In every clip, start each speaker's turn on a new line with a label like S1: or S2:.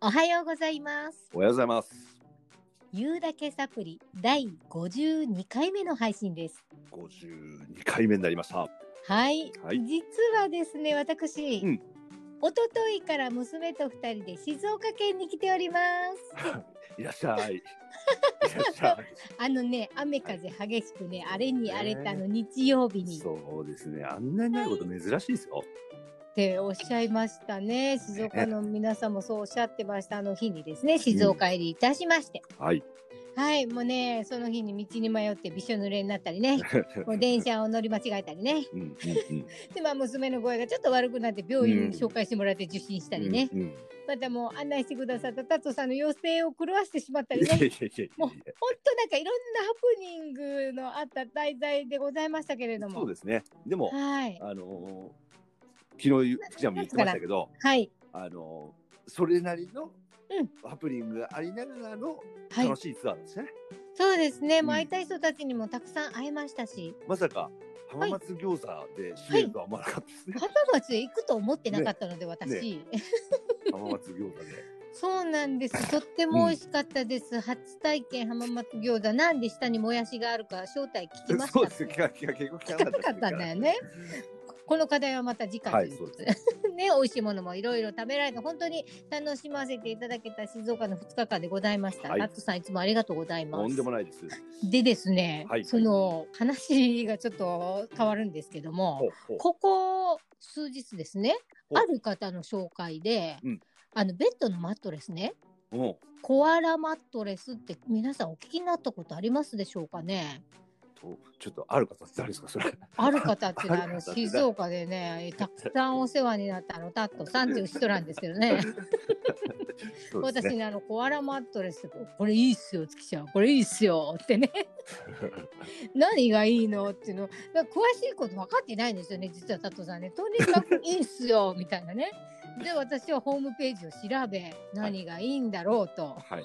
S1: おはようございます。
S2: おはようございます。
S1: ゆうだけサプリ第52回目の配信です。
S2: 52回目になりました。
S1: はい、
S2: はい
S1: 実はですね、私、
S2: うん
S1: 一昨日から娘と二人で静岡県に来ており ます。
S2: いらっしゃい。いらっしゃ
S1: あのね、雨風激しくね、荒れに荒れたの日曜日
S2: い。
S1: にっ
S2: そうですね。あんなになること珍しいですよ。
S1: ておっしゃいましたね。静岡の皆さんもそうおっしゃってました。あの日にですね、静岡入りいたしまして。
S2: はい。
S1: はい、もうね、その日に道に迷ってびしょ濡れになった りね、もう電車を乗り間違えたりね。
S2: うんうんうん。
S1: でまあ娘の声がちょっと悪くなって病院に紹介してもらって受診したりね、
S2: うんうん。
S1: またもう案内してくださった達トさんの養成を狂わ せてしまった
S2: い
S1: り
S2: やいや
S1: ね
S2: いやいやい
S1: もう
S2: や。
S1: ほんとなんかいろんなハプニングのあった滞在でございましたけれども
S2: そうですね。でも、
S1: はい
S2: あのー、昨日、福ちゃんも言ってましたけど、
S1: はい
S2: あのー、それなりの
S1: うん
S2: ハプニングがありながらの
S1: はい
S2: 楽しいツアーなんですね。
S1: そうですね、
S2: うん
S1: もう会いたい人たちにもたくさん会えましたし
S2: まさか、浜松餃子で締めるとは思わなかったですね。
S1: 浜松へ行くと思ってなかったので、私、
S2: 浜松餃 子で。
S1: そうなん ですとっても美味しかったです、初体験浜松餃子なんで下にもやしがあるか正体聞きました
S2: そうですね。結構聞
S1: 聞
S2: か
S1: か
S2: な
S1: なか
S2: か
S1: っ
S2: った
S1: たんだよね。この課題はまた次
S2: は
S1: 回
S2: い
S1: ということで ね、美味しいものもいろいろ食べられて、本当に楽しませていただけた静岡の2日間でございました。
S2: はい
S1: ラットさん、いつもありがとうございま
S2: とん
S1: す
S2: で。もないです。
S1: でですね、
S2: はい
S1: その話がちょっと変わるんですけども、
S2: ほうほう
S1: ここ数日ですね、
S2: ほう
S1: ある方の紹介で、
S2: うん
S1: あのベッドのマットレスね、
S2: うん
S1: コアラマットレスって皆さんお聞きになったことありますでしょうかね。
S2: とちょっとある方って誰ですかそれ。
S1: ある方っていうのはあ
S2: あ
S1: の
S2: る方
S1: 静岡でねたくさんお世話になったあのタットさんっていう人なんですけどね
S2: そうです
S1: 私
S2: ね。
S1: ねあのコアラマットレスこれいいっすよ月ちゃんこれいいっすよって ね何がいいのっていうのだから詳しいこと分かってないんですよね実はタットさんねとにかくいいっすよみたいなねで私はホームページを調べ何がいいんだろうと、
S2: はい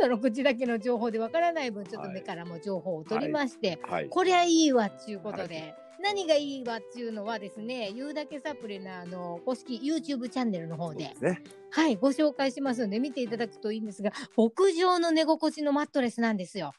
S1: その口だけの情報で分からない分ちょっと
S2: はい
S1: 目からも情報を取りまして、
S2: はい。
S1: こりゃいいわっちゅうことで、
S2: は
S1: 何がいいわっちゅうのはですね、言うだけサプリのあの公式 YouTube チャンネルの
S2: そ
S1: 方
S2: う
S1: で
S2: ですね。
S1: はい、ご紹介しますので見ていただくといいんですが、屋上の寝心地のマットレスなんですよ。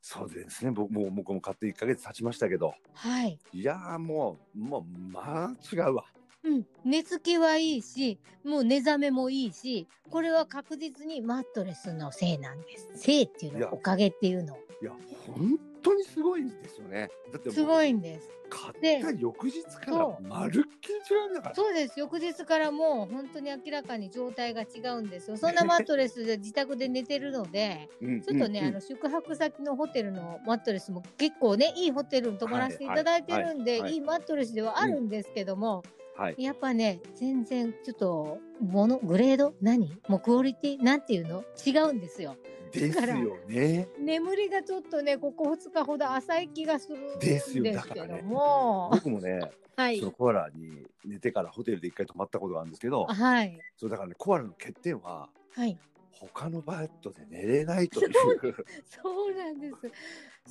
S2: そうですね。僕もう僕も買って一ヶ月経ちましたけど、
S1: はい。
S2: いやーもうもうまあ違うわ。
S1: うん、寝つきはいいし、もう寝覚めもいいし、これは確実にマットレスのせいなんです。せいっていう
S2: い
S1: の、
S2: や
S1: おかげっていうの、
S2: いや本当にすごいですよね。だって
S1: すごいんです。
S2: 買った翌日からまるっきり違うんだから。
S1: そうです翌日からもう本当に明らかに状態が違うんですよそんなマットレスで自宅で寝てるので
S2: うん
S1: ちょっとね、
S2: うん
S1: あ
S2: うん
S1: の宿泊先のホテルのマットレスも結構ねいいホテルに泊まらせていただいてるんで、
S2: はいい
S1: い
S2: はいはい
S1: マットレスではあるんですけども、
S2: はい
S1: やっぱね全然ちょっとものグレード何もうクオリティなんていうの違うんですよ
S2: ですよね。
S1: 眠りがちょっとねここ2日ほど浅い気がするんで
S2: ですす
S1: け
S2: よ
S1: ども、
S2: 僕もね、
S1: はい
S2: そのコアラに寝てからホテルで一回泊まったことがあるんですけど、
S1: はい
S2: そうだからねコアラの欠点は
S1: はい
S2: 他のバットで寝れないという。
S1: そうなんです。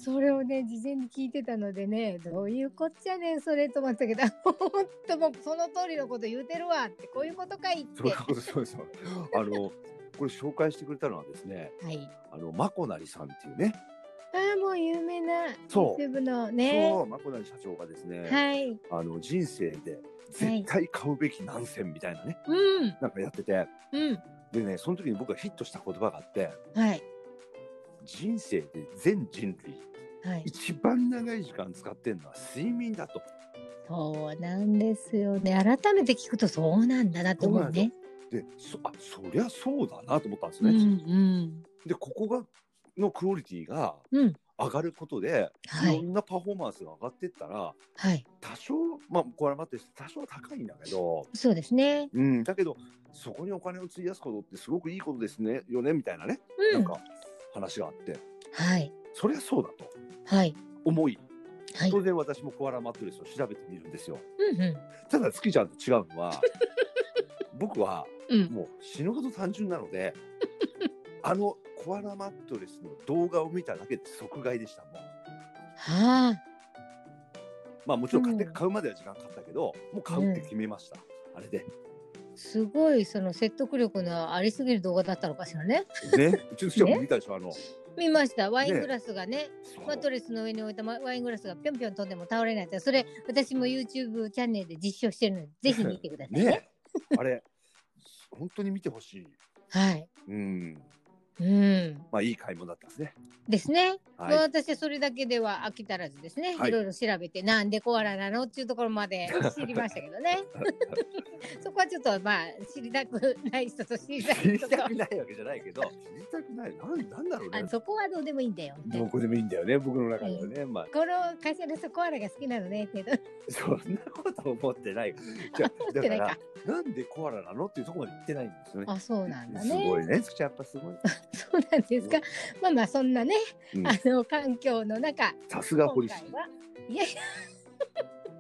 S1: それをね、事前に聞いてたのでね、どういうこっちゃねん、それと思ってたけど、 本当もうその通りのこと言うてるわって、こういうことかいっ
S2: そう
S1: て。
S2: いう
S1: は
S2: ことそうです。あの、これ紹介してくれたのはですね、
S1: い。
S2: あの、まこなりさんっていうね。
S1: ああ、もう有名な
S2: そう
S1: YouTube のね。
S2: そう、まこなり社長がですね、
S1: はい。
S2: あの、人生で絶対買うべき何選みたいなね、
S1: うん。
S2: なんかやってて、
S1: うん。
S2: でね、その時に僕がヒットした言葉があって、
S1: はい。
S2: 人生で全人類
S1: はい。
S2: 一番長い時間使ってるのは睡眠だと。
S1: そうなんですよね。改めて聞くとそうなんだなと思うね。
S2: で、そあそりゃそうだなと思ったんです
S1: う
S2: ね。
S1: んうん。
S2: で、ここがのクオリティが
S1: うん。
S2: 上がることで、
S1: はい
S2: いろんなパフォーマンスが上がってったら、
S1: はい。
S2: 多少まあこれは待って多少は高いんだけど、
S1: そうですね。
S2: うん、だけどそこにお金を費やすことってすごくいいことですねよねみたいなね、
S1: う
S2: なん
S1: ん。
S2: か話があって
S1: はい。
S2: そりゃそうだと
S1: はい。
S2: 思い
S1: はい。
S2: 当然私もコアラマットレスを調べてみるんですよ
S1: うんうん。
S2: ただ月ちゃんと違う のは僕は
S1: うん。
S2: もう死ぬほど単純なのであのコアラマットレスの動画を見ただけで即買いでしたもん
S1: はあ。
S2: まあもちろん買って、
S1: うん
S2: 買うまでは時間かかったけどもう買うって決めました、あれで
S1: すごいその説得力のありすぎる動画だったのかしらね。
S2: ね、うちの記者も見たでしょ、あの。
S1: 見ましたワイン
S2: ね
S1: グラスがね
S2: そう
S1: マットレスの上に置いたまワイングラスがぴょんぴょん飛んでも倒れないってそれ私も YouTube チャンネルで実証して るのでぜひ見てくださいね。
S2: ね、あれ、本当に見てほしい。
S1: はい、
S2: うん、
S1: うん
S2: まあ、いい買い物だったんですね。
S1: ですね。
S2: はい。
S1: まあ私はそれだけでは飽き足らずですね、
S2: はい
S1: い、ろいろ調べてなんでコアラなのっていうところま で知りましたけどね そこはちょっとまあ知りたくない人と知りた
S2: 知
S1: い
S2: り
S1: 人と
S2: たくないわけじゃないけど、知りたくない、なん、なんだろう
S1: あ
S2: ね
S1: の。そこはどうでもいいんだよみたい
S2: ど
S1: な
S2: こでもいいんだよね、僕の中ではね、まあ、
S1: この会社の人コアラが好きなのねって言うと
S2: そんなこと思ってない。じゃあ、だ
S1: って
S2: か
S1: ない
S2: ら
S1: か、
S2: なんでコアラなのっていうところまで言ってないんですよね。
S1: あそうなんだ
S2: す
S1: ね
S2: ごいね、つくちゃん、やっぱすごい。
S1: そうなんですかまあまあそんなね、
S2: うん
S1: あの環境の中
S2: さすが
S1: 今
S2: 堀市
S1: 回。はいやいや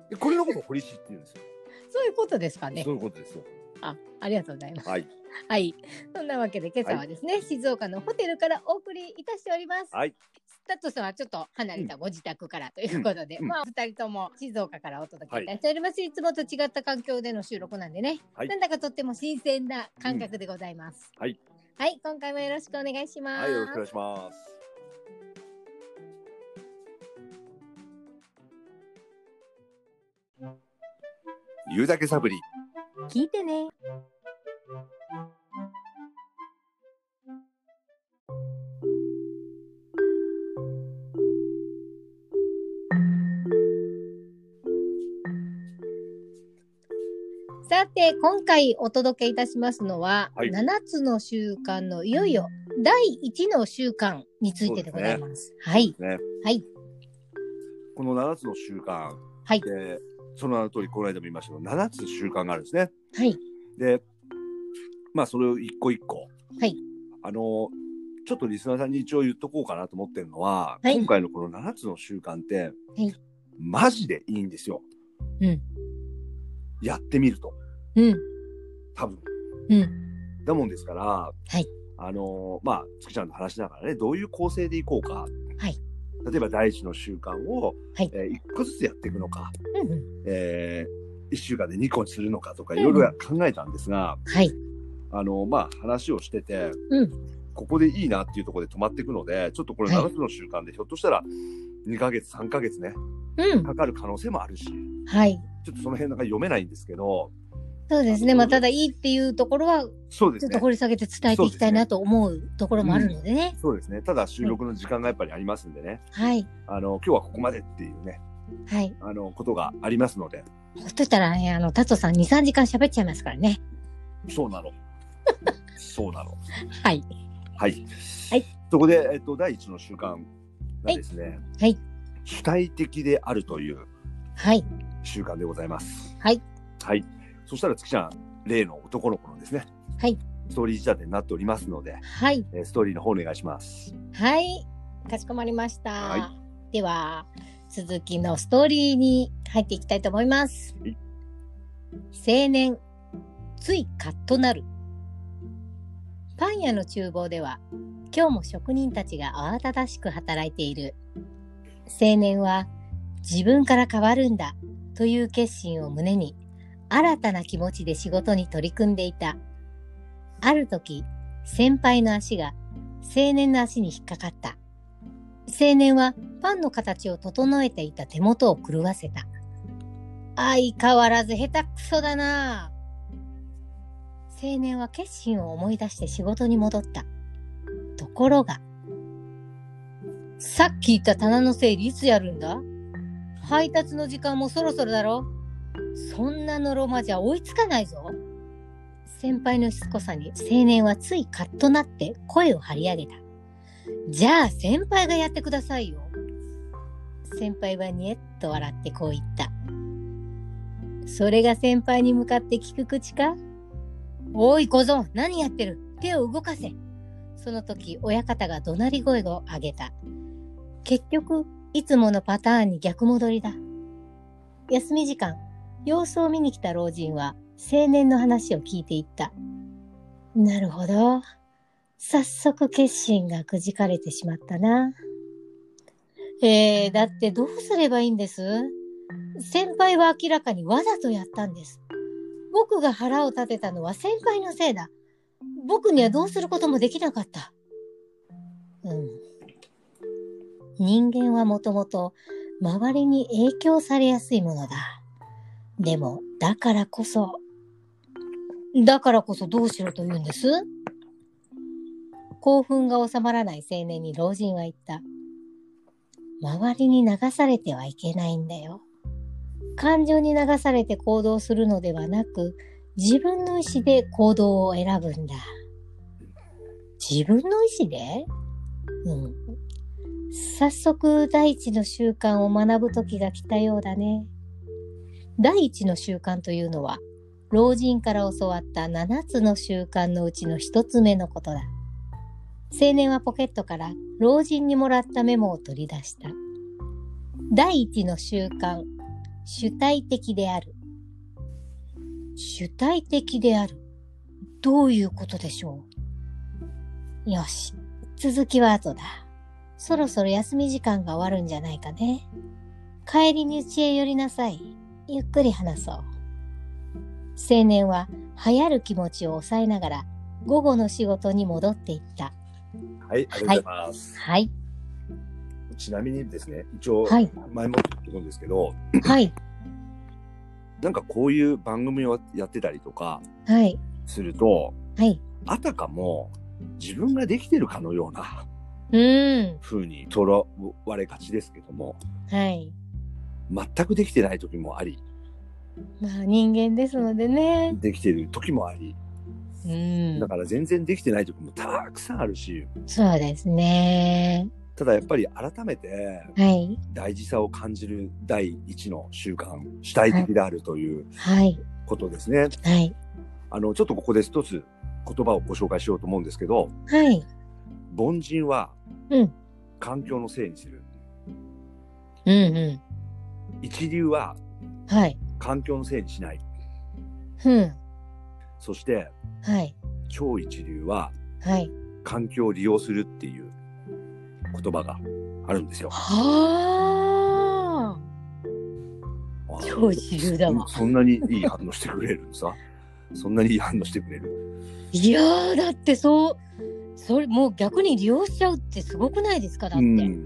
S2: でこれのことを堀市って言うんですよ。
S1: そういうことですかね
S2: そういうことですよ。
S1: あありがとうございます
S2: はい。
S1: はい、そんなわけで今朝はですね、静岡のホテルからお送りいたしております。
S2: はい
S1: スタットさんはちょっと離れたご自宅からということで、
S2: うんうん
S1: まあ二人とも静岡からお届けいたしております、い。つもと違った環境での収録なんでね、
S2: はい
S1: なんだかとっても新鮮な感覚でございます。
S2: うんはい、
S1: はい、今回もよろしくお願いします。
S2: はい、よろしくお願いします。言うだけサブリ。
S1: 聞いてね。さて今回お届けいたしますのは、
S2: はい
S1: 7つの習慣のいよいよ第1の習慣についてでございます。はい、
S2: ね。
S1: はい。
S2: この7つの習慣。
S1: はい、
S2: で、その名の通り、この間も言いましたけど、7つ習慣があるんですね。
S1: はい、
S2: で、まあ、それを一個一個。
S1: はい。
S2: あの、ちょっとリスナーさんに一応言っとこうかなと思ってるのは、
S1: はい
S2: 今回のこの7つの習慣って、
S1: い
S2: マジでいいんですよ。
S1: うん
S2: やってみると、
S1: うん、
S2: 多分。
S1: う
S2: だもんですから、
S1: い
S2: あのまあ、つきちゃんの話だからね、どういう構成でいこうか。
S1: はい
S2: 例えば、第一の習慣を、
S1: はい
S2: えー一個ずつやっていくのか、
S1: うん、う
S2: えー、1週間で2個にするのかとか、
S1: うん
S2: いろいろ考えたんですが、
S1: ん、はい、
S2: あのまあ、話をしてて、
S1: うん
S2: ここでいいなっていうところで止まっていくので、ちょっとこれ
S1: はい
S2: 7つの習慣で、ひょっとしたら2ヶ月、3ヶ月ね、
S1: うん、
S2: かかる可能性もあるし、
S1: はい。
S2: ちょっとその辺なんか読めないんですけど、
S1: そうですね。まあ、ただいいっていうところは、
S2: そうで
S1: ち
S2: す
S1: ょっと
S2: ね。
S1: 掘り下げて伝えていきたいなと思うところもあるのでね。
S2: そうですね。ただ収録の時間がやっぱりありますんでね、
S1: はい。
S2: あの、今日はここまでっていうね、
S1: はい。
S2: あの、ことがありますので、
S1: ほっといたらね、あの、タトさん2、3時間喋っちゃいますからね。
S2: そうなの。 そうなの。
S1: はい。
S2: はい。
S1: はい
S2: そこで、えっと、第一の習慣がですね、
S1: はい
S2: 主体的であるという
S1: はい。
S2: 習慣でございます。
S1: はい。
S2: はい。そしたら、月ちゃん、例の男の子のですね、
S1: はい。
S2: ストーリー仕立てになっておりますので、
S1: はい。
S2: えーストーリーの方お願いします。
S1: はい。かしこまりました。
S2: は
S1: では、続きのストーリーに入っていきたいと思います。
S2: はい
S1: 青年、ついカッとなる。パン屋の厨房では、今日も職人たちが慌ただしく働いている。青年は、自分から変わるんだという決心を胸に、新たな気持ちで仕事に取り組んでいた。ある時、先輩の足が青年の足に引っかかった。青年はパンの形を整えていた手元を狂わせた。相変わらず下手くそだなぁ。青年は決心を思い出して仕事に戻った。ところが、さっき言った棚の整理いつやるんだ配達の時間もそろそろだろそんなのろまじゃ追いつかないぞ。先輩のしつこさに青年はついカッとなって声を張り上げた。じゃあ先輩がやってくださいよ。先輩はニエッと笑ってこう言った。それが先輩に向かって聞く口かおい小僧、何やってる手を動かせ。その時、親方が怒鳴り声を上げた。結局、いつものパターンに逆戻りだ。休み時間、様子を見に来た老人は青年の話を聞いていった。なるほど。早速決心がくじかれてしまったな。えー、だってどうすればいいんです先輩は明らかにわざとやったんです。僕が腹を立てたのは先輩のせいだ。僕にはどうすることもできなかった。うん。人間はもともと周りに影響されやすいものだ。でも、だからこそ、だからこそどうしろと言うんです興奮が収まらない青年に老人は言った。周りに流されてはいけないんだよ。感情に流されて行動するのではなく、自分の意思で行動を選ぶんだ。自分の意思でうん。早速、第一の習慣を学ぶ時が来たようだね。第一の習慣というのは、老人から教わった7つの習慣のうちの1つ目のことだ。青年はポケットから老人にもらったメモを取り出した。第一の習慣、主体的である。主体的である。どういうことでしょうよし、続きは後だ。そろそろ休み時間が終わるんじゃないかね。帰りに家へ寄りなさい。ゆっくり話そう。青年は流行る気持ちを抑えながら午後の仕事に戻っていった。
S2: はい、ありがとうございます。
S1: はい。
S2: ちなみにですね、一応、
S1: はい。
S2: 前も言ってるんですけど、
S1: はい。
S2: なんかこういう番組をやってたりとか
S1: はい。
S2: すると、
S1: はい。
S2: あたかも自分ができてるかのような
S1: うーん。
S2: 風にとらわれがちですけども、
S1: はい。
S2: 全くできてない時もあり、
S1: まあ人間ですのでね。
S2: できてる時もあり、
S1: うん
S2: だ。から全然できてない時もたくさんあるし、
S1: そうですね。
S2: ただやっぱり改めて
S1: はい。
S2: 大事さを感じる第一の習慣、主体的であるという
S1: はい。
S2: ことですね。
S1: はい。
S2: あの、ちょっとここで一つ言葉をご紹介しようと思うんですけど、
S1: はい。
S2: 凡人は
S1: うん
S2: 環境のせいにする。
S1: うんう
S2: 一流は
S1: ん。はい。
S2: 環境のせいにしない。
S1: うん。
S2: そして
S1: はい。
S2: 超一流は
S1: はい。
S2: 環境を利用するっていう言葉があるんですよ。
S1: はあ。超一流だわ
S2: そそん なにいい反応してくれるのさ。そんなにいい反応してくれる。
S1: いやー、だってそう、それもう逆に利用しちゃうってすごくないですかだっ
S2: う
S1: て。うん。
S2: ん。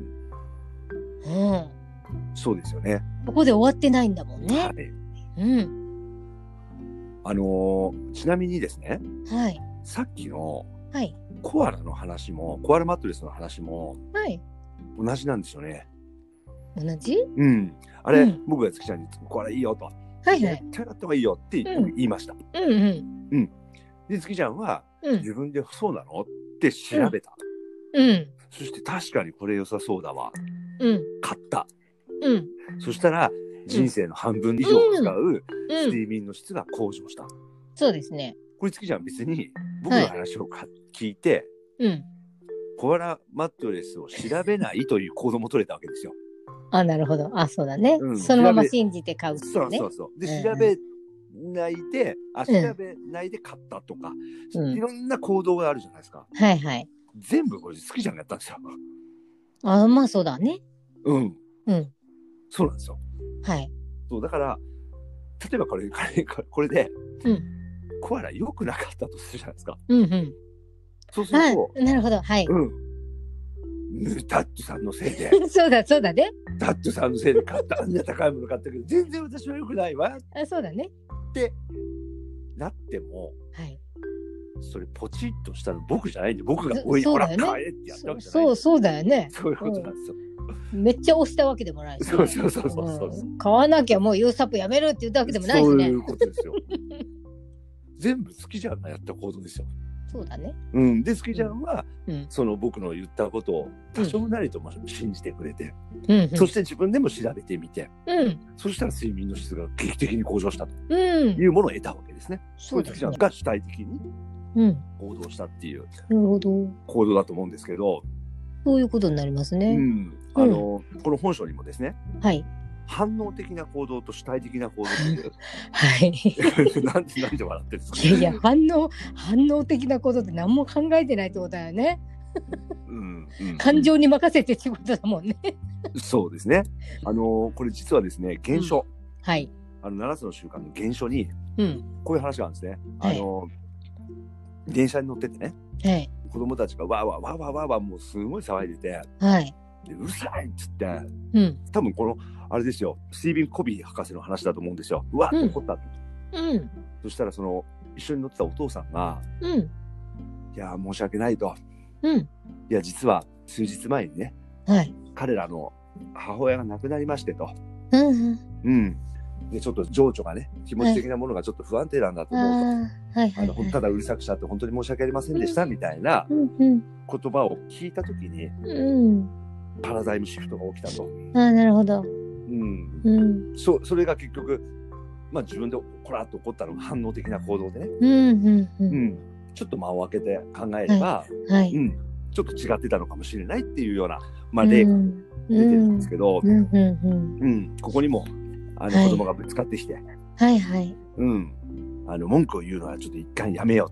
S2: そうですよね。
S1: ここで終わってないんだもん
S2: は
S1: ね。
S2: い。
S1: うん。
S2: あのーちなみにですね、
S1: はい。
S2: さっきの
S1: はい。
S2: コアラの話も、コアラマットレスの話も
S1: はい。
S2: 同じなんですよね。
S1: 同じ
S2: うん。あれ、
S1: うん
S2: 僕が月ちゃんに、コアラいいよと。
S1: はいは
S2: 絶
S1: い。
S2: 対なった方がいいよって
S1: うん
S2: 言いました。
S1: うんうん。
S2: で、月ちゃんは、
S1: うん。
S2: 自分でそうなのって調べた。
S1: うん。
S2: そして確かにこれ良さそうだわ。
S1: うん。
S2: 買った。
S1: うん。
S2: そしたら人生の半分以上を使う
S1: う
S2: 睡
S1: ん。
S2: 眠の質が向上した。
S1: そうですね。
S2: これ月ちゃん別に僕の話をか、聞いて、
S1: うん。
S2: コアラマットレスを調べないという行動も取れたわけですよ。
S1: あ、なるほど。あ、そうだね。
S2: うん
S1: そのまま信じて買うってい
S2: そうう
S1: ね
S2: そ。うそう。で、
S1: うんう
S2: 調
S1: ん
S2: べないで、あ、調
S1: うん
S2: べないで買ったとか、
S1: うん
S2: いろんな行動があるじゃないですか。
S1: はいはい。
S2: 全部これ月ちゃんがやったんですよ。
S1: あ、まあそうだね。
S2: うん。
S1: うん。
S2: そうなんですよ。
S1: はい。
S2: そうだから例えばこれこれこれで、
S1: うん
S2: コアラ良くなかったとするじゃないですか
S1: うんうん。
S2: そうすると、
S1: はい。なるほど。はい。
S2: うんタッチさんのせい で
S1: そうだそうだね。
S2: タッチさんのせいで買ったあんな高いもの買ったけど全然私は良くないわっ
S1: あ、そうだね。
S2: てなっても
S1: はい。
S2: それポチッとしたの僕じゃないんで僕が「
S1: そ
S2: おい
S1: そ
S2: ほ
S1: う
S2: ら
S1: だ
S2: 買
S1: よね
S2: え」ってやったわ
S1: そ
S2: け
S1: うそ
S2: じゃないんで
S1: うそうだよね。
S2: そういうことなんですよ。
S1: めっちゃ押したわけでもないし、ね。
S2: そうそうそうそうそう
S1: う。ん買わなきゃもうユーサップやめるって言ったわけでもないし
S2: そうい
S1: ね。
S2: うことですよ。 全部好きじゃんがやった行動ですよ。
S1: そうだね。
S2: うん、で好きじゃんは、
S1: うん。
S2: その僕の言ったことを多少なりとも信じてくれて、
S1: うんうん。
S2: そして自分でも調べてみて、
S1: うん。
S2: そしたら睡眠の質が劇的に向上したと
S1: うん
S2: い。うものを得たわけですね。
S1: そう
S2: これ
S1: で
S2: 月
S1: す
S2: ちゃん
S1: ね。
S2: が主体的に
S1: うん。
S2: 行動したっていう
S1: なるほど。
S2: 行動だと思うんですけど、
S1: そういうことになります
S2: う
S1: ね。
S2: ん、あの、この本書にもですね、
S1: はい。
S2: 反応的な行動と主体的な行動って
S1: はい。
S2: いうなんで、なんで笑ってるん
S1: いやい
S2: ですか。
S1: や、反応、反応的なことって何も考えてないってことだよね。
S2: うん、うん
S1: 感。情に任せてってことだもんね。
S2: そうですね。あの、これ実はですね、現象、
S1: はい。
S2: あの7つの習慣の現象に
S1: うん。
S2: こういう話があるんですね。あ
S1: はい
S2: の、電車に乗っててね
S1: はい。
S2: 子供たちがわーわーわーわーわーわーもうすごい騒いでて
S1: はい。
S2: でうるさいっつって
S1: うん。
S2: 多分このあれですよスティービン・コビー博士の話だと思うんですよ。うわーって怒った、
S1: うん。
S2: そしたらその一緒に乗ってたお父さんが
S1: うん。
S2: 「いやー申し訳ない」と
S1: うん。
S2: 「いや実は数日前にね
S1: はい。
S2: 彼らの母親が亡くなりましてと」
S1: うんうん。
S2: うん、でちょっと情緒がね気持ち的なものがちょっと不安定なんだと
S1: あ
S2: 思うと。
S1: あ。はい。
S2: あ
S1: はい
S2: の。ただうるさくしちゃって本当に申し訳ありませんでしたみたいな
S1: うん。うん。
S2: 言葉を聞いた時に
S1: うん。
S2: パラダイムシフトが起きたと、
S1: ああ、なるほど。
S2: うん、
S1: うん。
S2: そそれが結局、まあ、自分でこらっと怒ったのが反応的な行動でね、
S1: うん。うん。う。
S2: うんん、ちょっと間を空けて考えれば、
S1: はい。
S2: うん、ちょっと違ってたのかもしれないっていうような、まあ、例が出てるんですけど、
S1: うんうんうん、
S2: うん、ここにもあ
S1: は
S2: の
S1: い
S2: 子供がぶつかってきて、
S1: はいはい
S2: うん、あの文句を言うのはちょっと一回やめよう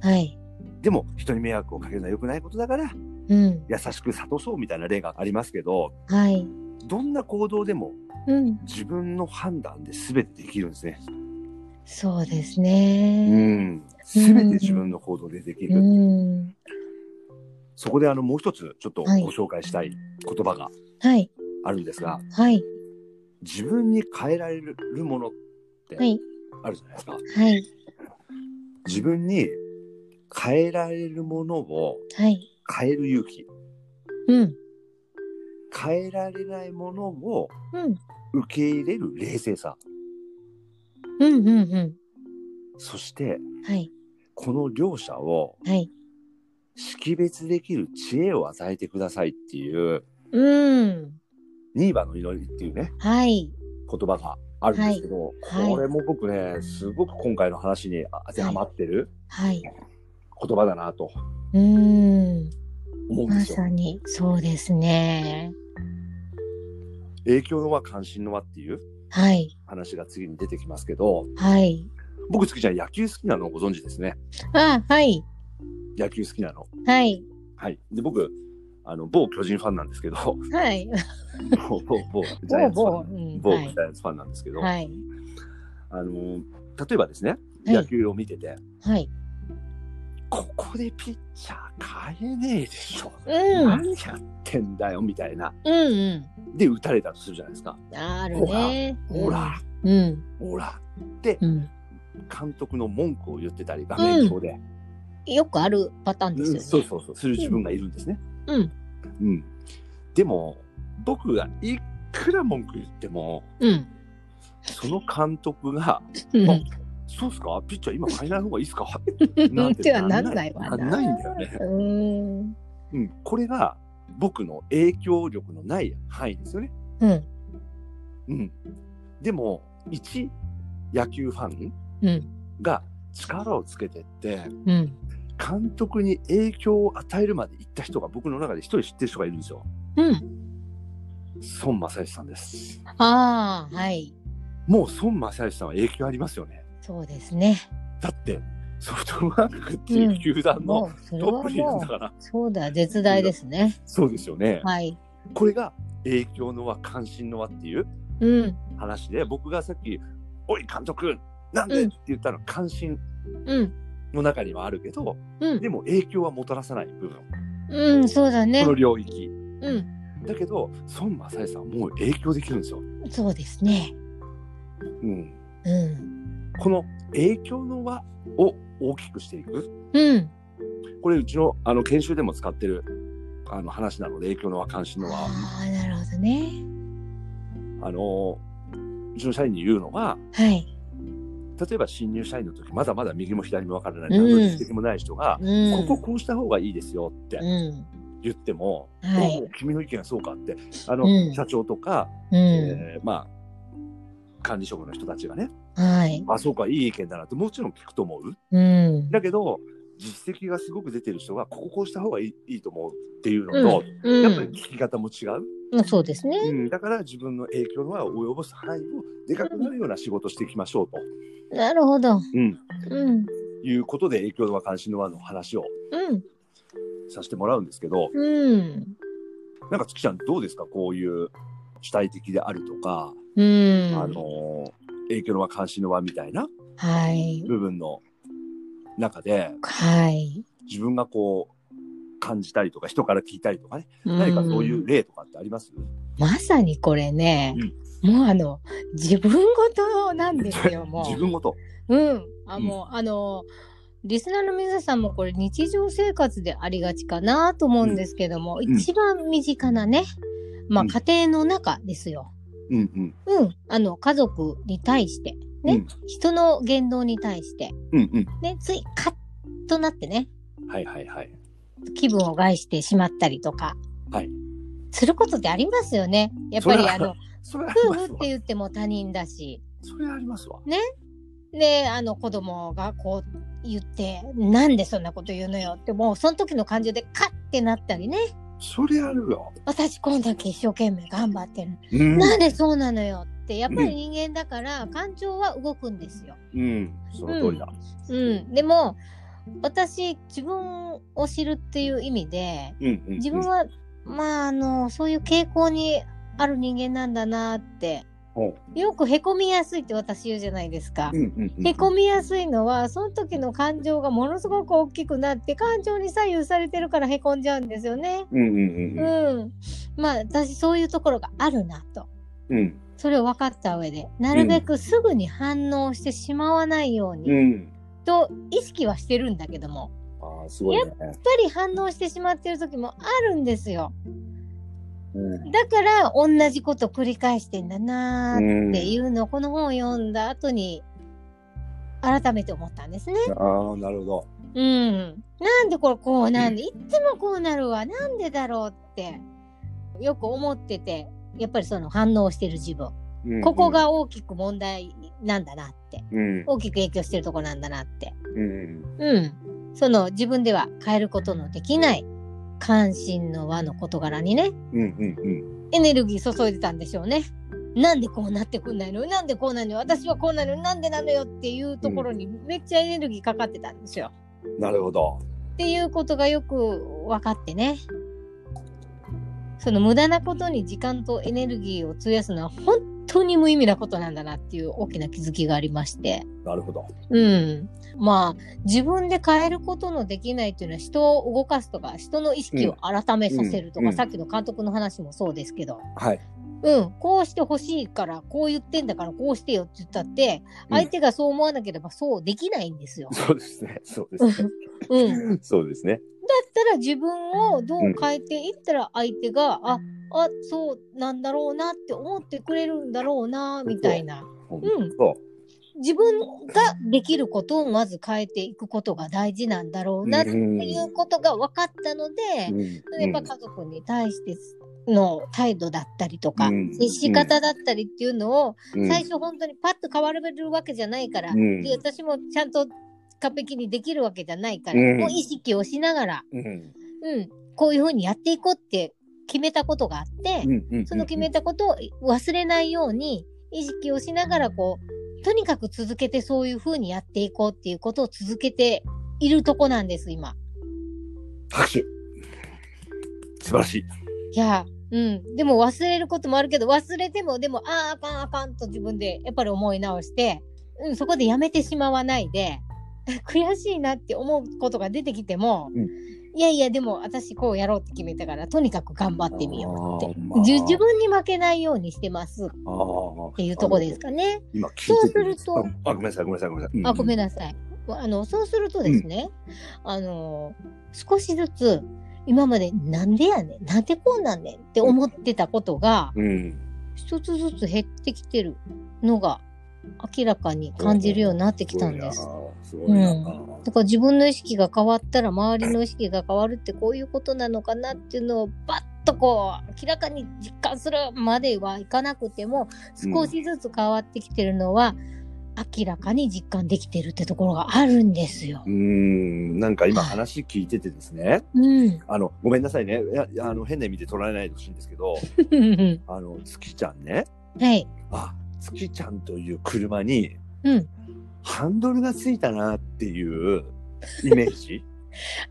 S2: と。
S1: はい、
S2: でも人に迷惑をかけるのは良くないことだから
S1: うん、
S2: 優しく諭そうみたいな例がありますけど
S1: はい、
S2: どんな行動でも
S1: うん、
S2: 自分の判断で全てできるんですね。
S1: そうです
S2: う
S1: ね。
S2: ん、全て自分の行動ででき
S1: う
S2: る。
S1: ん、
S2: そこであのもう一つちょっと
S1: はい
S2: ご紹介したい言葉が
S1: はい、
S2: あるんですが、
S1: はい、
S2: 自分に変えられるものって
S1: はい、
S2: あるじゃないですか。
S1: はい、
S2: 自分に変えられるものを
S1: はい、
S2: 変える勇気、
S1: うん、
S2: 変えられないものを
S1: うん、
S2: 受け入れる冷静さ、
S1: うん、うん、う
S2: そして
S1: ん、はい、
S2: この両者を
S1: はい、
S2: 識別できる知恵を与えてくださいっていう
S1: うん、
S2: ニーバの祈りっていうね
S1: はい、
S2: 言葉があるんですけど、
S1: はいはい
S2: これも僕ねすごく今回の話に当てはまってる
S1: はい、
S2: 言葉だなと
S1: うん、
S2: 思うん
S1: ま
S2: ですよ。
S1: さにそうですね。
S2: 影響の輪関心の輪っていう
S1: はい、
S2: 話が次に出てきますけど
S1: はい、
S2: 僕月ちゃん野球好きなのをご存知ですね
S1: あ、はい、
S2: 野球好きなの。
S1: はい、
S2: はい、で僕あの某巨人ファンなん ですけど
S1: はい、
S2: 某某某ジャイアンツファン
S1: うん、
S2: 某
S1: は
S2: ジ
S1: い、
S2: ャイアンツファンなんですけど、
S1: はい、
S2: あの例えばですね
S1: はい
S2: 野球を見てて、
S1: はい、
S2: ここでピッチャー変えねえでしょ、
S1: うん、
S2: 何やってんだよみたいな
S1: うん、
S2: で打たれたとするじゃないですか。
S1: うん、あるね。
S2: ほら、
S1: うん、
S2: ほら
S1: うん。
S2: 監督の文句を言ってたり画面上で、
S1: よくあるパターンですよ
S2: う
S1: ね。
S2: んそうそうそうする自分がいるんですね。
S1: うん、
S2: うん、でも僕がいくら文句言っても
S1: うん。
S2: その監督が
S1: う
S2: あ
S1: ん。」
S2: 「そうっすかピッチャー今変えない方がいいっす か?
S1: ってはなんないわ
S2: な
S1: なん
S2: ないんだよね。
S1: うーん。
S2: うん、これが僕の影響力のない範囲ですよね。
S1: うん。
S2: うん、でも一野球ファン
S1: うん。
S2: が力をつけてって
S1: うん。
S2: 監督に影響を与えるまで行った人が僕の中で一人知ってる人がいるんですよ。
S1: うん。
S2: 孫正義さんです。
S1: ああ、はい。
S2: もう孫正義さんは影響ありますよね。
S1: そうですね。
S2: だってソフトバンクっていう球団の
S1: もう、そ
S2: ト
S1: れ
S2: ッ
S1: は
S2: プにいるん
S1: も
S2: だ
S1: う、
S2: から、
S1: そうだ、絶大ですね。
S2: そうですよね。
S1: はい。
S2: これが影響の輪関心の輪っていう
S1: うん。
S2: 話で僕がさっき「おい監督なんで?」
S1: う
S2: っ
S1: ん
S2: て言ったの関心
S1: うん。
S2: の中にはあるけど
S1: うん
S2: で。も影響はもたらさない部分こ
S1: うん、そうだね
S2: の。領域。
S1: うん。
S2: だけど孫正義さんはもう影響できるんですよ。
S1: そうですね。
S2: うん、
S1: うん。
S2: この影響の輪を大きくしていく
S1: うん。
S2: これうちのあの研修でも使ってるあの話なので影響の輪関心の輪
S1: ああ、なるほどね。
S2: あのうちの社員に言うのは
S1: はい。
S2: 例えば新入社員の時まだまだ右も左も分からない
S1: うん
S2: 何の実績もない人が、
S1: うん。
S2: こここうした方がいいですよって
S1: うん。
S2: 言っても、
S1: はい
S2: おう君の意見はそうかってあの、
S1: うん
S2: 社長とか、
S1: う
S2: えーまあ管理職の人たちがね
S1: ん。はい。
S2: あそうかいい意見だなってもちろん聞くと思う
S1: うん。
S2: だけど実績がすごく出てる人がこここうした方がいいいいと思うっていうの
S1: うん
S2: と、
S1: う
S2: やっぱり
S1: ん。
S2: 聞き方も違う、
S1: うんそうですね。
S2: うんだから自分の影響の輪を及ぼす範囲をでかくなるような仕事をしていきましょうと、
S1: なるほど。
S2: うん
S1: うん。
S2: いうことで影響の輪関心の輪の話を
S1: うん。
S2: させてもらうんですけど
S1: うん。
S2: なんか月ちゃんどうですかこういう主体的であるとか、
S1: うん。
S2: あの影響の輪関心の輪みたいな
S1: はい。
S2: 部分の中で
S1: はい。
S2: 自分がこう感じたりとか人から聞いたりとかね何かそうい
S1: ん
S2: う例とかってあります、
S1: まさにこれね、もうあの、自分ごとなんです よ、もう。
S2: 自分ごと
S1: うん。あ、
S2: うん
S1: もう、あの、リスナーの皆さんもこれ日常生活でありがちかなと思うんですけども、
S2: ん
S1: 一番身近なね、まあ
S2: うん
S1: 家庭の中ですよ。
S2: うんうん
S1: うん。あの、家族に対して、ね、
S2: うん
S1: 人の言動に対して、
S2: うんうん
S1: ね、ついカッとなってね、
S2: はいはいはい
S1: 気分を害してしまったりとか、
S2: はい
S1: することってありますよね。やっぱ
S2: そ
S1: り
S2: れは
S1: あの、
S2: それあり
S1: 夫
S2: ま
S1: 婦っ
S2: すわ
S1: て言っても他人だし、
S2: それありますわ
S1: であの子供がこう言って「なんでそんなこと言うのよ」ってもうその時の感情でカッてなったりね
S2: それあるよ
S1: 「私こんだけ一生懸命頑張ってる、
S2: うん
S1: なんでそうなのよ」ってやっぱり人間だから感情は動くんですよ。
S2: うんその通りだ
S1: うん、でも私自分を知るっていう意味で
S2: うんうんうん
S1: 自分は、まああのそういう傾向にある人間なんだなって
S2: ほ
S1: よくへこみやすいって私言うじゃないですか
S2: う。んうんうん
S1: へこみやすいのはその時の感情がものすごく大きくなって感情に左右されてるからへこんじゃうんですよね。
S2: うんう
S1: う
S2: んうん
S1: ん、まあ私そういうところがあるなと
S2: うんうん
S1: それを分かった上でなるべくすぐに反応してしまわないように、
S2: うん
S1: と意識はしてるんだけども
S2: ああすごいね
S1: やっぱり反応してしまってる時もあるんですよ
S2: うん
S1: だから同じこと繰り返してんだなー
S2: うん
S1: っていうのをこの本を読んだ後に改めて思ったんですね。
S2: ああなるほど
S1: うん、なんでこれこうなんで、いつもこうなるわなんでだろうってよく思っててやっぱりその反応してる自分
S2: うんうん
S1: ここが大きく問題なんだなって
S2: うん
S1: 大きく影響してるとこなんだなって、
S2: うん
S1: うん、その自分では変えることのできない関心の輪の事柄にね
S2: うんうんうん
S1: エネルギー注いでたんでしょうね。なんでこうなってくんないのなんでこうなのよ私はこうなのよなんでなのよっていうところにめっちゃエネルギーかかってたんですよ。
S2: なるほど
S1: っていうことがよく分かってねその無駄なことに時間とエネルギーを費やすのは本当に無意味なことなんだなっていう大きな気づきがありまして
S2: なるほど
S1: うんまあ自分で変えることのできないっていうのは人を動かすとか人の意識を改めさせるとか、
S2: うんうん
S1: さっきの監督の話もそうですけど
S2: はい
S1: うんこうしてほしいからこう言ってんだからこうしてよって言ったって
S2: うん
S1: 相手がそう思わなければそうできないんですよ。
S2: そうですねそうです ね
S1: うん
S2: そうですね
S1: だったら自分をどう変えていったら相手が、ああそうなんだろうなって思ってくれるんだろうなみたいな
S2: 本
S1: うん
S2: 当
S1: 自分ができることをまず変えていくことが大事なんだろうなっていうことが分かったので、
S2: うん
S1: やっぱ家族に対しての態度だったりとか、
S2: うん
S1: 接し方だったりっていうのを
S2: うん
S1: 最初本当にパッと変われるわけじゃないから、
S2: うん
S1: で私もちゃんと完璧にできるわけじゃないから、
S2: うん
S1: もう意識をしながら。
S2: うん
S1: うん、こういうふうにやっていこうって決めたことがあって、
S2: うんうん
S1: その決めたことを忘れないように意識をしながらこうとにかく続けてそういうふうにやっていこうっていうことを続けているとこなんです今。
S2: 拍手素晴らしい
S1: いやうん、でも忘れることもあるけど忘れてもでもあああかんあかんと自分でやっぱり思い直して、うん、そこでやめてしまわないで 悔しいなって思うことが出てきても、
S2: うん
S1: いやいやでも私こうやろうって決めたからとにかく頑張ってみようって
S2: あーまあ
S1: じゅ自分に負けないようにしてますっ
S2: あー
S1: ていうとこですかね。
S2: 今聞いて
S1: そうすると
S2: ああごめんなさいごめんなさいごめんなさい
S1: あごめん
S2: ん
S1: なさい。あのそうするとですね、あの少しずつ今までなんでやねんなんでこうなんねんって思ってたことが
S2: うん
S1: 一つずつ減ってきてるのが明らかに感じるようになってきたんです。
S2: すごいな
S1: うん
S2: すごいな
S1: だから自分の意識が変わったら周りの意識が変わるってこういうことなのかなっていうのをバッとこう明らかに実感するまではいかなくても少しずつ変わってきてるのは明らかに実感できてるってところがあるんですよ
S2: う。ーんなんか今話聞いててですね
S1: うん。
S2: あのごめんなさいねいやいやあの変な意味で捉えないでほしいんですけどあの月ちゃんね
S1: はい。
S2: あ月ちゃんという車に
S1: うん。
S2: ハンドルがついたなっていうイメージ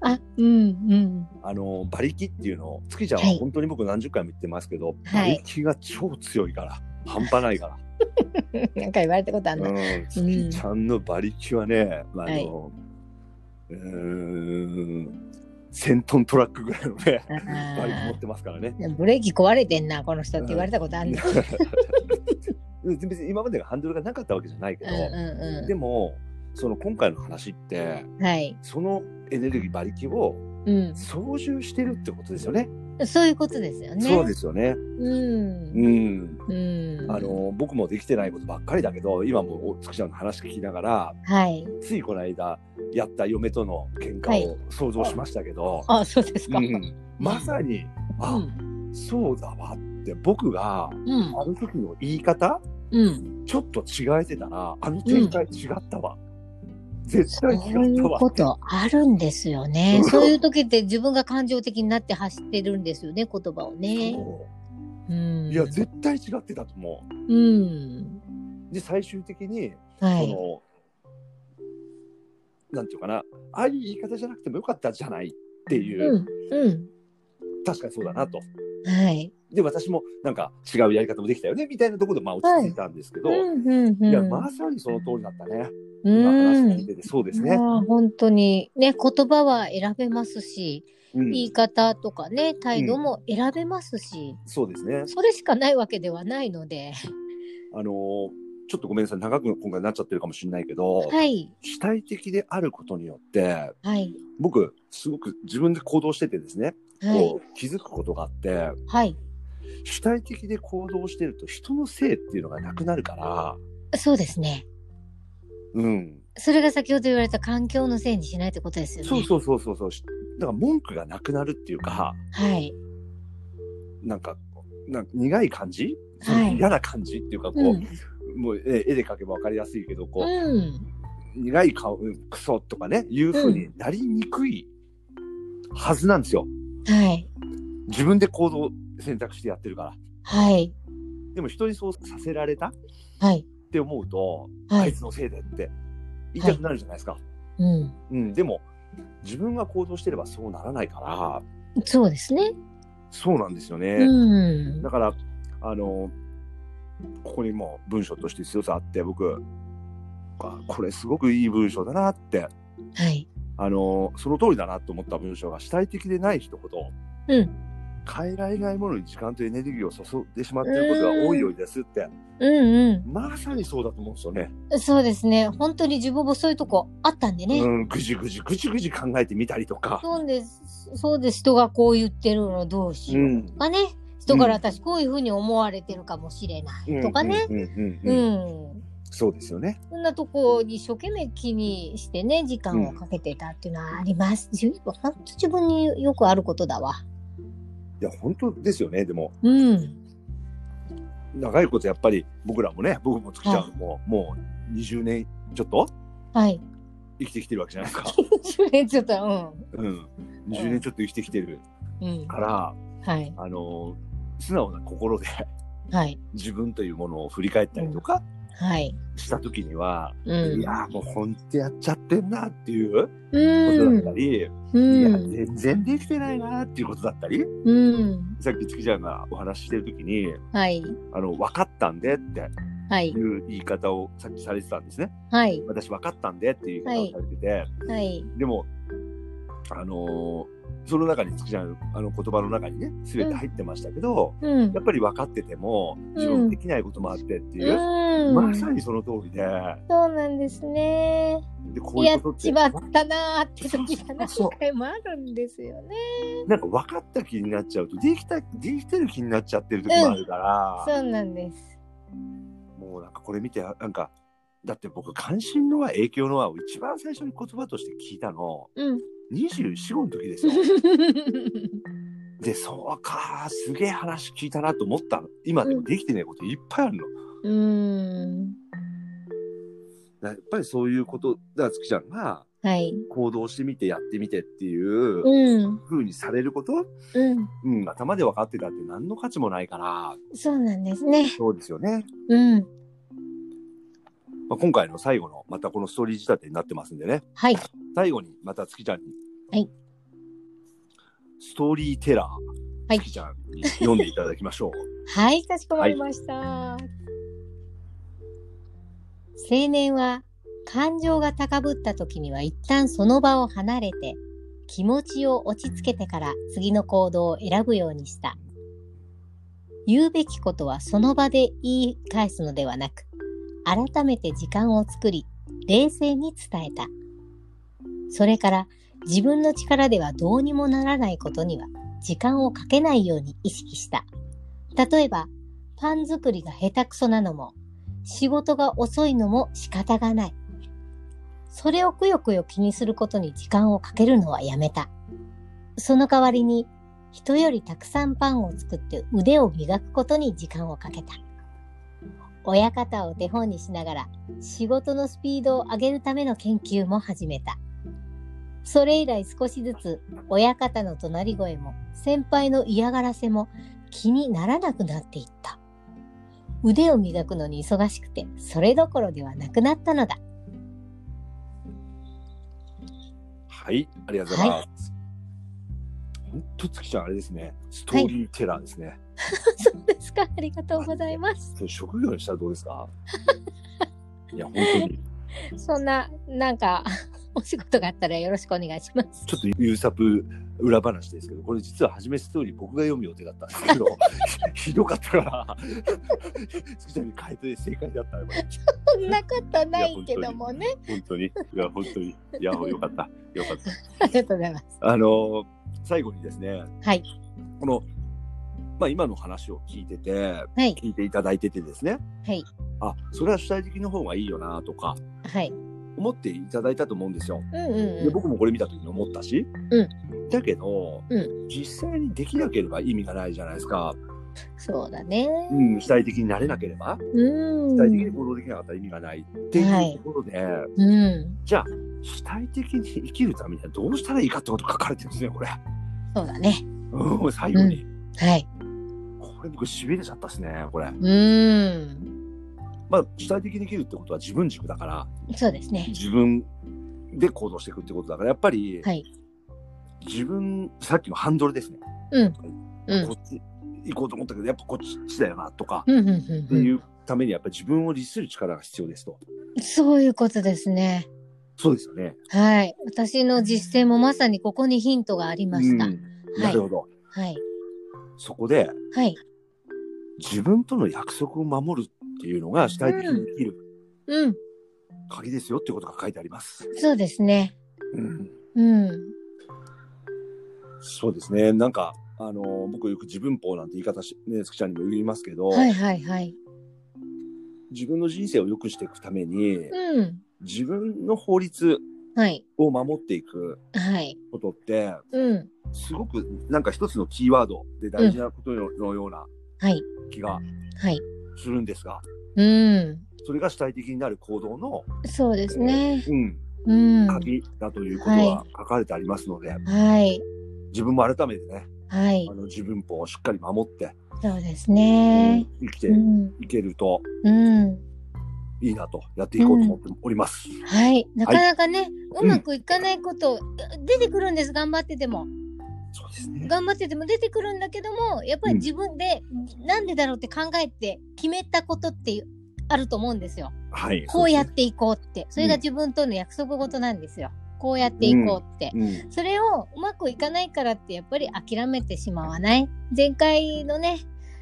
S1: あ、うん
S2: あの馬力っていうのを月ちゃんは
S1: はい
S2: 本当に僕何十回も言ってますけど、
S1: はい
S2: 馬力が超強いから、半端ないから。
S1: なんか言われたことあんな。
S2: うん、月ちゃんの馬力はね、まああの、うーん、1000トントラックぐらいのね、馬力持ってますからね。
S1: ブレーキ壊れてんな、この人って言われたことあ んな。
S2: 別に今までがハンドルがなかったわけじゃないけ
S1: う
S2: ど、
S1: んうん
S2: で
S1: う
S2: も、その今回の話って、
S1: ん。はい。
S2: そのエネルギー、馬力を
S1: う
S2: 操縦してるってことですよね。
S1: ん。そういうことですよね。
S2: そうですよね。
S1: うん。
S2: うん。
S1: うん。
S2: あの僕もできてないことばっかりだけど今もおつきちゃんの話聞きながら
S1: はい。
S2: ついこの間やった嫁との喧
S1: は
S2: 嘩
S1: い
S2: を想像しましたけど、
S1: あ、そうですか。
S2: う
S1: うんん。
S2: まさに「あ、そうだわ」って僕が
S1: うん。
S2: あの時の言い方
S1: うん。
S2: ちょっと違えてたらあの展開違ったわ、絶
S1: そう
S2: 対違っ
S1: い
S2: た
S1: う
S2: わ
S1: こ
S2: って
S1: とあるんですよね。そういう時って自分が感情的になって走ってるんですよね、言葉をね。。
S2: そううんいや絶対違ってたと思う。
S1: うん。
S2: で最終的に
S1: は
S2: そ
S1: い。
S2: の、なんていうかなああいう言い方じゃなくてもよかったじゃないっていう。
S1: うん。う
S2: 確かにそうだなと。
S1: ん。はい。
S2: で私もなんか違うやり方もできたよねみたいなところでまあ落ち着いたんですけど、い、
S1: んうんうん。
S2: やまさにその通りだったね。
S1: う
S2: 今話聞い
S1: ん。
S2: ててそうです
S1: いや
S2: ね。
S1: 本当にね言葉は選べますし、
S2: うん、
S1: 言い方とかね態度も選べますし、
S2: そうですね。
S1: それしかないわけではないので、
S2: あのーちょっとごめんなさい長く今回なっちゃってるかもしれないけど、
S1: はい
S2: 主体的であることによって
S1: はい
S2: 僕すごく自分で行動しててですね、
S1: はい
S2: こう気づくことがあって
S1: はい
S2: 主体的で行動してると人のせいっていうのがなくなるから、
S1: そうですね
S2: うん、
S1: それが先ほど言われた環境のせいにしないってことですよね
S2: そうそうそうそうそうしだから文句がなくなるっていうか。
S1: はい
S2: なんか、なんか苦い感じ、
S1: はい
S2: 嫌な感じっていうか、こ
S1: う
S2: う、
S1: ん
S2: もう絵絵で描けば分かりやすいけど、こう、
S1: うん
S2: 苦い顔、うんクソとかね、いうふうになりにくいはずなんですよ。
S1: はい
S2: 自分で行動選択してやってるから。
S1: はい
S2: でも人にそうさせられたっ
S1: はい
S2: て思うと、
S1: は
S2: あい
S1: い
S2: つのせいでって言いたくなるじゃないですか。
S1: うん
S2: うん、でも、自分が行動してればそうならないから、
S1: そうですね
S2: そうなんですよね。
S1: うん
S2: だから、あの、ここにもう文章として強さあって、僕、あこれすごくいい文章だなって、
S1: はい
S2: あの、その通りだなと思った文章が主体的でない人ほど、
S1: うん
S2: 変えられないものに時間とエネルギーを注いでしまっていることが多いようですって、
S1: うん
S2: まさにそうだと思うんですよね。
S1: うんそうですね本当に自分もそういうとこあったんでね、
S2: うん、ぐじぐじぐじぐじ考えてみたりとか、
S1: そうです。そうです。人がこう言ってるのどうし
S2: う
S1: よう。
S2: ん
S1: と。かね。人から私こういうふうに思われてるかもしれない。とかね。
S2: うんうん
S1: う
S2: うんうん
S1: ん。
S2: そうですよね。
S1: そんなとこに一生懸命気にしてね、時間をかけてたっていうのはあります。自分本当自分によくあることだわ。
S2: いや、本当ですよね。でも、
S1: うん。
S2: 長いことやっぱり僕らもね僕もつきちゃんも、もう20年ちょっと
S1: はい。
S2: 生きてきてるわけじゃないですか、
S1: それちょっと、
S2: うん、20年ちょっと生きてきてる
S1: うん。うん。
S2: から、
S1: はい。
S2: あの素直な心で
S1: はい。
S2: 自分というものを振り返ったりとか
S1: はい。
S2: した時には、
S1: うん
S2: い。やーもう本当やっちゃってんなっていうこ
S1: う
S2: とだっ
S1: ん
S2: た。り、
S1: う
S2: いや
S1: ん。
S2: 全然できてないなっていうことだったり
S1: うん。
S2: さっきつきちゃんがお話ししてる時に
S1: はい。
S2: あの分かったんでって
S1: はい
S2: い。う言い方をさっきされてたんですね
S1: はい。
S2: 私分かったんでっていう言い方をされてて。
S1: はい。
S2: でも、あのーその中に、つきちゃん、あの言葉の中にね、すべて入ってましたけど、
S1: うん
S2: や。っぱり分かってても、自
S1: う
S2: 分
S1: ん
S2: できないこともあってっていう、
S1: う
S2: ま
S1: ん。
S2: さにその通りで、
S1: そうなんですね。
S2: でこうい
S1: や
S2: う
S1: っ
S2: ことって、
S1: ちまったなーって時が何
S2: そうそう
S1: 回もあるんですよね。
S2: なんか分かった気になっちゃうと、できた、できてる気になっちゃってる時もあるから、
S1: そうなんです。
S2: もうなんかこれ見て、なんか、だって僕、関心の輪、影響の輪を一番最初に言葉として聞いたの、
S1: うん。
S2: 24、5の時ですよ。で、そうか、すげえ話聞いたなと思ったの。今でもできてないこといっぱいあるの。
S1: うーん。
S2: やっぱりそういうことだからつきちゃんが
S1: はい。
S2: 行動してみてやってみてっていうう
S1: うん。
S2: 風にされること、
S1: うん。
S2: うん、頭で分かってたって何の価値もないから
S1: そうなんですね。
S2: そうですよね、
S1: うん。
S2: まあ、今回の最後のまたこのストーリー仕立てになってますんでね
S1: はい。
S2: 最後にまたつきちゃんに、
S1: はい、
S2: ストーリーテラー
S1: はい
S2: つきちゃんに読んでいただきましょう
S1: はい、かしこまりました。青年は感情が高ぶった時には一旦その場を離れて気持ちを落ち着けてから次の行動を選ぶようにした。言うべきことはその場で言い返すのではなく、改めて時間を作り、冷静に伝えた。それから自分の力ではどうにもならないことには時間をかけないように意識した。例えば、パン作りが下手くそなのも、仕事が遅いのも仕方がない。それをくよくよ気にすることに時間をかけるのはやめた。その代わりに、人よりたくさんパンを作って腕を磨くことに時間をかけた。親方を手本にしながら、仕事のスピードを上げるための研究も始めた。それ以来少しずつ、親方の怒鳴り声も、先輩の嫌がらせも、気にならなくなっていった。腕を磨くのに忙しくて、それどころではなくなったのだ。
S2: はい、ありがとうございます。本当、月ちゃん、あれですね。ストーリーテラーですね。
S1: そうですか。ありがとうございます。
S2: それ職業にしたらどうですか いや、本当に。
S1: そんな、なんか、 お仕事があったらよろしくお願いします。
S2: ちょっとユーサプ裏話ですけど、これ実は初めストーリー僕が読む予定だったんです けど、ひどかったから、月ちゃんに変えて正解だったねこれ
S1: そんなことないけどもね。
S2: 本当に。いや、本当に。いや、よかった。よかった。
S1: ありがとうございます。
S2: あの、最後にですね、
S1: はい。
S2: この、まあ今の話を聞いてて、
S1: はい。
S2: 聞いていただいててですね、
S1: はい。
S2: あ、それは主体的の方がいいよなとか、
S1: はい。
S2: 思っていただいたと思うんですよ。
S1: うんうん
S2: で
S1: うん。
S2: 僕もこれ見た時に思ったし、だけど、
S1: う
S2: 実際にできなければ意味がないじゃないですか、
S1: そうだね。
S2: うん、主体的になれなければ
S1: うん。
S2: 主体的に行動できなかったら意味がないっていうところで、
S1: うん。
S2: じゃあ主体的に生きるためにはどうしたらいいかってこと書かれてるんですねこれ、
S1: そうだね。
S2: うん、最後に、
S1: はい。
S2: これ僕しびれちゃったですねこれ、
S1: うん。
S2: まあ、主体的に生きるってことは自分軸だから
S1: そうですね。
S2: 自分で行動していくってことだからやっぱり、
S1: はい
S2: 自分さっきのハンドルですね
S1: うん
S2: こ。っち行こうと思ったけどやっぱこっちだよなとか
S1: うんうん
S2: って
S1: うんう
S2: い
S1: ん。
S2: うためにやっぱり自分を律する力が必要ですと。
S1: そういうことですね。
S2: そうですよね。
S1: はい。私の実践もまさにここにヒントがありました。
S2: うん、
S1: は
S2: ないる。ほど。
S1: はい。
S2: そこで
S1: はい。
S2: 自分との約束を守るっていうのが主体的に生きる
S1: うん。
S2: 鍵ですよっていうことが書いてあります。
S1: そうですね。
S2: うん、
S1: うん。
S2: そうですね。なんかあの僕よく自分法なんて言い方しねつきちゃんにも言いますけど、
S1: はいはいはい。
S2: 自分の人生を良くしていくために
S1: うん。
S2: 自分の法律
S1: はい。
S2: を守っていく
S1: はい。
S2: ことって
S1: うん。
S2: すごくなんか一つのキーワードで大事なことののような
S1: はい。
S2: 気が
S1: はい。
S2: するんですが、
S1: うん。
S2: それが主体的になる行動の、
S1: そうですね。
S2: うん、
S1: うん。は
S2: 鍵だということは書かれてありますので、
S1: い。
S2: 自分も改めてね、
S1: はい
S2: あ。の自分法をしっかり守って、
S1: そうです
S2: うん
S1: ね。
S2: 生き
S1: う
S2: て
S1: ん。
S2: いけると
S1: うん。
S2: いいなと、やっていこうと思っております。
S1: はい。なかなかね、うまくいかないこと、出てくるんです。頑張ってても。
S2: そうですね。
S1: 頑張ってても出てくるんだけども、やっぱり自分で、なんでだろうって考えて決めたことっていうあると思うんですよ。
S2: はい。
S1: こうやっていこうって。それが自分との約束事なんですよ。こうやっていこうって。
S2: そうですね。
S1: それをうまくいかないからってやっぱり諦めてしまわない前回のね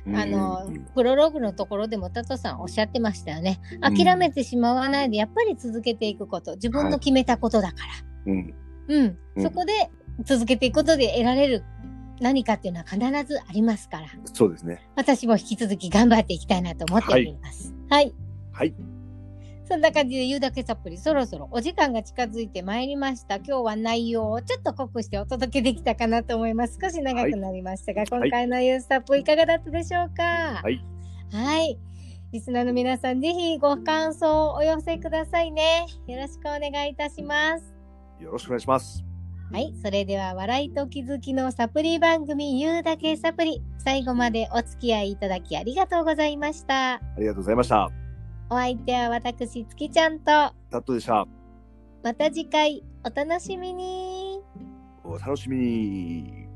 S2: うん
S1: あの
S2: うん
S1: プロローグのところでもタトさんおっしゃってましたよね
S2: うん
S1: 諦めてしまわないでやっぱり続けていくこと自分の決めたことだか
S2: うん、
S1: ら、うん
S2: うん
S1: そこで続けていくことで得られる何かっていうのは必ずありますから
S2: そうですね。
S1: 私も引き続き頑張っていきたいなと思っておりますはい、
S2: はい。
S1: そんな感じで言うだけサプリそろそろお時間が近づいてまいりました今日は内容をちょっと濃くしてお届けできたかなと思います少し長くなりましたが、
S2: い
S1: 今回のユースタップいかがだったでしょうか
S2: はい、
S1: はいリスナーの皆さんぜひご感想をお寄せくださいねよろしくお願いいたします
S2: よろしくお願いします。
S1: はい、それでは笑いと気づきのサプリ番組言うだけサプリ最後までお付き合いいただきありがとうございました
S2: ありがとうございました。
S1: お相手は私月ちゃんと
S2: タットでした。
S1: また次回お楽しみに
S2: お楽しみに。